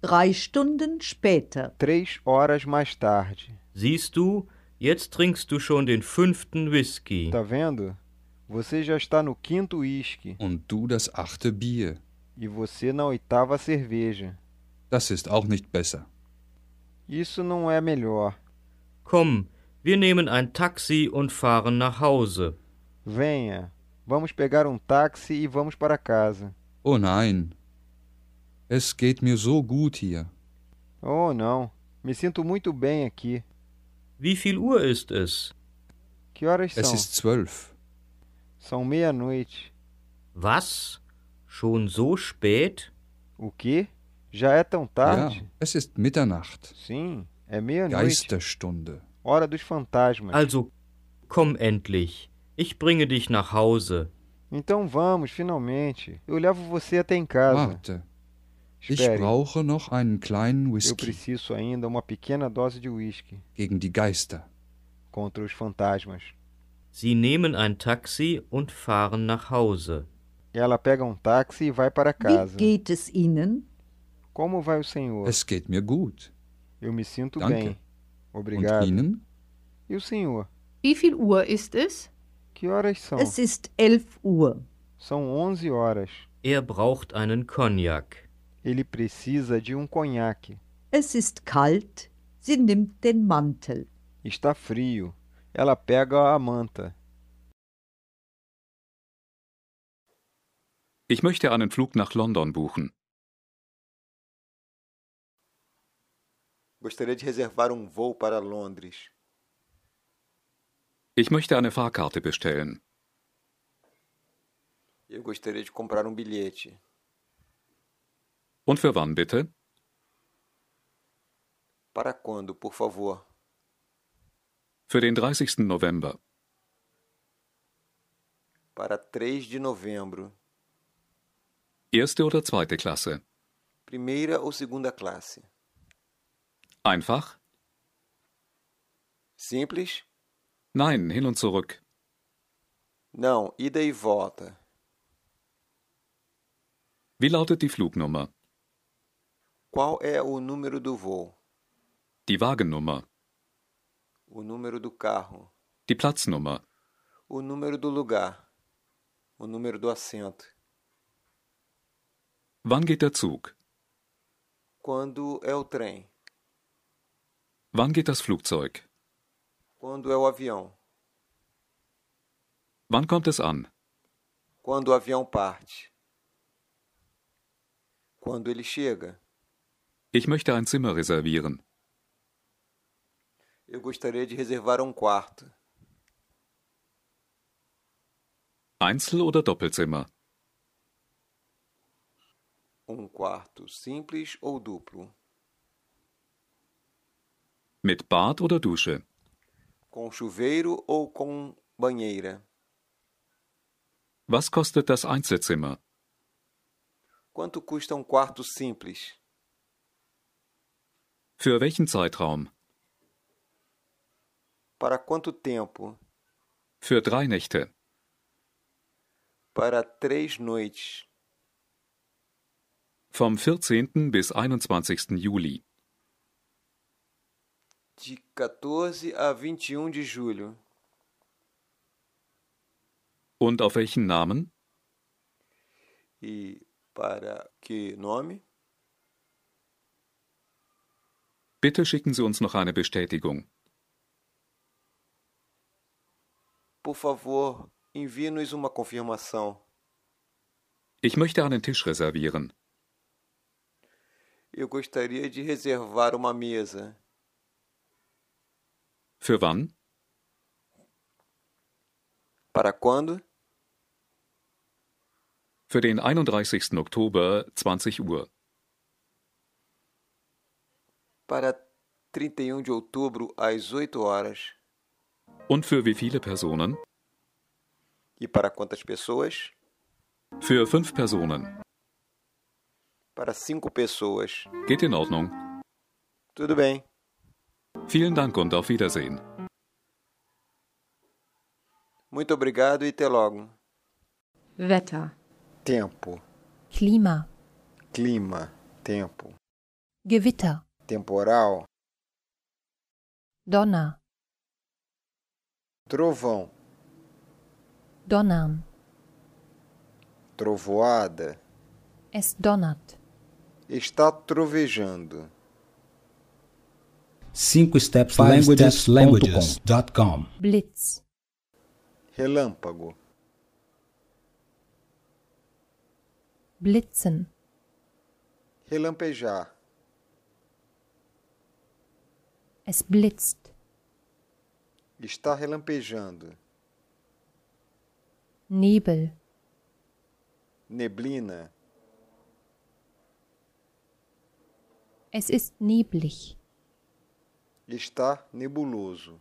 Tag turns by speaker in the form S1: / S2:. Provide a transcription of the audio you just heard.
S1: Drei Stunden später.
S2: Três horas mais tarde.
S3: Siehst du, jetzt trinkst du schon den fünften Whisky.
S2: Tá vendo? Você já está no quinto uísque
S4: und du das achte Bier.
S2: e você na oitava cerveja.
S4: Das ist auch nicht besser.
S2: Isso não é melhor.
S3: Komm, wir nehmen ein Taxi und fahren nach Hause.
S2: Venha, vamos pegar um táxi e vamos para casa.
S4: Oh nein. Es geht mir so gut hier.
S2: Oh, não. Me sinto muito bem aqui.
S3: Wie viel Uhr ist es?
S2: Que horas
S4: Es
S2: são?
S4: ist zwölf.
S2: São meia-noite.
S3: Was? Schon so spät?
S2: O quê? Já é tão
S4: Ja,
S2: tarde?
S4: es ist Mitternacht.
S2: Sim, é meia-noite.
S4: Geisterstunde.
S2: Hora dos fantasmas.
S3: Also, komm endlich. Ich bringe dich nach Hause.
S2: Então vamos, finalmente. Eu levo você até em casa.
S4: Warte, ich
S2: Espere.
S4: brauche noch einen kleinen
S2: Eu
S4: Whisky
S2: preciso ainda uma pequena dose de uísque
S4: gegen die Geister.
S2: contra os fantasmas.
S3: Sie nehmen ein Taxi und fahren nach Hause.
S2: Ela pega um táxi e vai para casa.
S1: Wie geht es Ihnen?
S2: Como vai o senhor?
S4: Es geht mir gut.
S2: Eu me sinto
S4: Danke.
S2: bem.
S4: Und
S2: Obrigado.
S4: Ihnen?
S2: E o senhor?
S5: Wie viel Uhr ist es?
S2: Que horas são?
S1: Es ist 11 Uhr.
S2: São 11 horas.
S3: Er braucht einen Cognac.
S2: Ele precisa de um conhaque.
S1: Es ist kalt. Sie nimmt den Mantel.
S2: Está frio. Ela pega a manta.
S6: Ich möchte einen Flug nach London buchen.
S7: Gostaria de reservar um voo para Londres.
S6: Ich möchte eine Fahrkarte bestellen.
S7: Eu gostaria de comprar um bilhete.
S6: Und für wann bitte?
S7: Para quando, por favor?
S6: Für den 30. November.
S7: Para 3 de novembro.
S6: Erste oder zweite Klasse?
S7: Primeira ou segunda classe?
S6: Einfach?
S7: Simples?
S6: Nein, hin und zurück.
S7: Não, ida e volta.
S6: Wie lautet die Flugnummer?
S7: Qual é o número do voo?
S6: Die Wagennummer?
S7: O número do carro?
S6: Die Platznummer?
S7: O número do lugar? O número do assento?
S6: Wann geht der Zug?
S7: Quando é o trem?
S6: Wann geht das Flugzeug?
S7: Quando é o avião?
S6: Wann kommt es an?
S7: Quando o
S2: é um
S7: avião parte? Quando ele chega?
S6: Ich möchte ein Zimmer reservieren.
S7: Eu gostaria de reservar um quarto.
S6: Einzel- oder Doppelzimmer?
S7: Um quarto simples ou duplo?
S6: Mit Bad oder Dusche?
S7: Com chuveiro ou com banheira?
S6: Was kostet das Einzelzimmer?
S7: Quanto custa um quarto simples?
S6: Für welchen Zeitraum?
S7: Para quanto tempo?
S6: Für drei Nächte.
S7: Para três noites.
S6: Vom 14. bis 21. Juli.
S7: De 14 a 21 de julho.
S6: Und auf welchen Namen?
S7: E para que nome?
S6: Bitte schicken Sie uns noch eine Bestätigung.
S7: Por favor, envie-nos uma confirmação.
S6: Ich möchte einen Tisch reservieren.
S7: Eu gostaria de reservar uma mesa.
S6: Für wann?
S7: Para quando?
S6: Für den 31. Oktober 20 Uhr.
S7: Para 31 de outubro, às 8 horas.
S6: Und für wie viele Personen?
S7: E para quantas pessoas?
S6: Für fünf Personen.
S7: Para cinco pessoas.
S6: Geht in Ordnung.
S7: Tudo bem.
S6: Vielen Dank und auf Wiedersehen.
S7: Muito obrigado e até logo.
S5: Wetter.
S7: Tempo,
S8: Klima.
S7: clima, tempo.
S8: Gewitter,
S2: temporal,
S8: Donner,
S2: trovão,
S8: Donnern,
S2: trovoada,
S8: es donnert,
S2: está trovejando.
S4: Cinco steps
S9: Five
S4: languages,
S9: Steps
S4: languages.
S9: languages.com.
S8: Blitz,
S2: Relâmpago,
S8: Blitzen,
S2: relampejar,
S8: es blitzt,
S2: está relampejando.
S8: Nebel,
S2: Neblina,
S8: es ist neblig,
S2: está nebuloso.